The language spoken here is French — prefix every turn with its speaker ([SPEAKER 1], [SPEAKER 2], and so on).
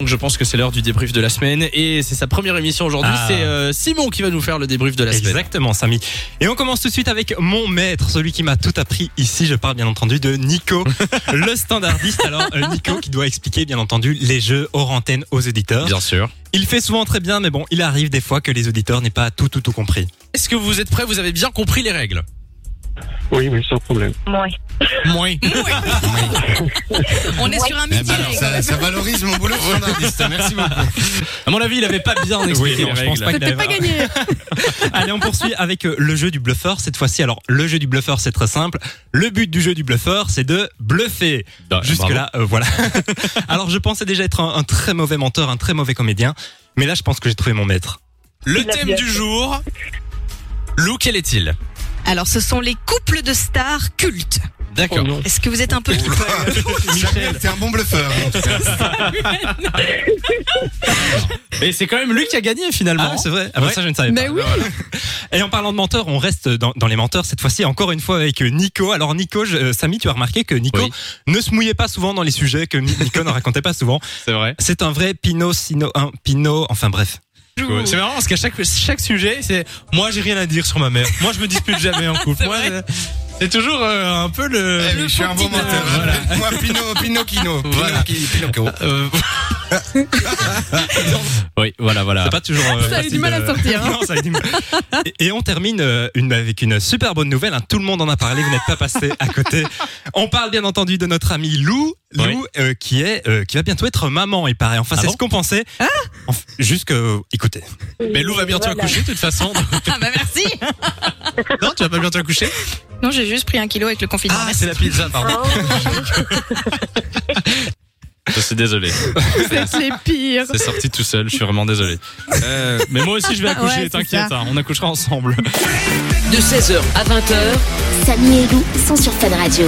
[SPEAKER 1] Donc Je pense que c'est l'heure du débrief de la semaine et c'est sa première émission aujourd'hui.
[SPEAKER 2] Ah.
[SPEAKER 1] C'est euh, Simon qui va nous faire le débrief de la semaine.
[SPEAKER 2] Exactement, Samy. Et on commence tout de suite avec mon maître, celui qui m'a tout appris ici. Je parle bien entendu de Nico, le standardiste. Alors, euh, Nico qui doit expliquer bien entendu les jeux hors antenne aux auditeurs.
[SPEAKER 1] Bien sûr.
[SPEAKER 2] Il fait souvent très bien, mais bon, il arrive des fois que les auditeurs n'aient pas tout, tout, tout compris.
[SPEAKER 1] Est-ce que vous êtes prêts Vous avez bien compris les règles
[SPEAKER 3] Oui, oui, sans problème.
[SPEAKER 4] Moi.
[SPEAKER 1] Moi.
[SPEAKER 5] On est sur un midi.
[SPEAKER 6] Eh ben Alors, ça, ça valorise mon boulot de standardiste. Merci beaucoup.
[SPEAKER 1] À mon avis, il avait pas bien
[SPEAKER 2] Oui,
[SPEAKER 1] expliqué
[SPEAKER 2] non,
[SPEAKER 1] les
[SPEAKER 2] je pense
[SPEAKER 1] règles.
[SPEAKER 2] pas qu'il avait- Allez, on poursuit avec euh, le jeu du bluffeur cette fois-ci. Alors, le jeu du bluffeur, c'est très simple. Le but du jeu du bluffeur, c'est de bluffer.
[SPEAKER 1] Bah,
[SPEAKER 2] Jusque-là, euh, voilà. Alors, je pensais déjà être un, un très mauvais menteur, un très mauvais comédien. Mais là, je pense que j'ai trouvé mon maître.
[SPEAKER 1] Le
[SPEAKER 4] Il a
[SPEAKER 1] thème
[SPEAKER 4] bien
[SPEAKER 1] du jour. Lou, quel est-il
[SPEAKER 5] Alors, ce sont les couples de stars cultes.
[SPEAKER 1] D'accord.
[SPEAKER 5] Est-ce que vous êtes un peu people
[SPEAKER 6] Samuel, t'es un bon bluffeur. en tout cas.
[SPEAKER 1] Mais c'est quand même lui qui a gagné finalement.
[SPEAKER 2] c'est vrai. Ah, bah,
[SPEAKER 1] Ouais.
[SPEAKER 2] ça, je ne savais pas. Et en parlant de menteurs, on reste dans, dans les menteurs cette fois-ci encore une fois avec Nico. Alors Nico, je- euh, Samy, tu as remarqué que Nico
[SPEAKER 1] Oui.
[SPEAKER 2] ne se mouillait pas souvent dans les sujets que Ni- Nico ne racontait pas souvent.
[SPEAKER 1] c'est vrai.
[SPEAKER 2] C'est un vrai Pinot, Sino, un Pinot, enfin bref.
[SPEAKER 1] Ouais. C'est marrant parce qu'à chaque, chaque sujet, c'est moi j'ai rien à dire sur ma mère. Moi je me dispute jamais en couple. Moi, euh, c'est toujours euh, un peu le.
[SPEAKER 6] Eh, je suis un bon menteur. Moi, Pino, Pino, Kino. Pino,
[SPEAKER 1] Voilà.
[SPEAKER 6] Ki- Pinocchio.
[SPEAKER 1] Euh, oui, voilà, voilà.
[SPEAKER 2] C'est pas toujours. euh,
[SPEAKER 5] Ça a eu du
[SPEAKER 2] facile
[SPEAKER 5] mal à
[SPEAKER 2] de-
[SPEAKER 5] sortir, hein.
[SPEAKER 2] Non, ça a eu du mal. Et, et on termine euh, une, avec une super bonne nouvelle. hein. Tout le monde en a parlé. Vous n'êtes pas passé à côté. On parle bien entendu de notre ami Lou, Lou
[SPEAKER 1] Oui.
[SPEAKER 2] euh, qui est euh, qui va bientôt être maman. Il paraît. Enfin,
[SPEAKER 1] Ah
[SPEAKER 2] c'est
[SPEAKER 1] bon
[SPEAKER 2] ce qu'on pensait. Enf- Jusque, écoutez.
[SPEAKER 1] Mais Lou va bientôt
[SPEAKER 4] Voilà.
[SPEAKER 1] accoucher de toute façon.
[SPEAKER 5] Ah bah merci
[SPEAKER 1] Non, tu vas pas bientôt accoucher
[SPEAKER 5] Non, j'ai juste pris un kilo avec le confinement.
[SPEAKER 1] Ah, c'est la pizza, pardon.
[SPEAKER 4] Oh,
[SPEAKER 1] Je suis désolé.
[SPEAKER 7] Vous êtes les pires.
[SPEAKER 1] C'est sorti tout seul, je suis vraiment désolé. Euh, mais moi aussi, je
[SPEAKER 5] Ah
[SPEAKER 1] vais accoucher,
[SPEAKER 7] Ouais, c'est
[SPEAKER 1] t'inquiète, hein, on accouchera ensemble.
[SPEAKER 8] de 16h à 20h.
[SPEAKER 9] Samy et Lou sont sur Fan Radio.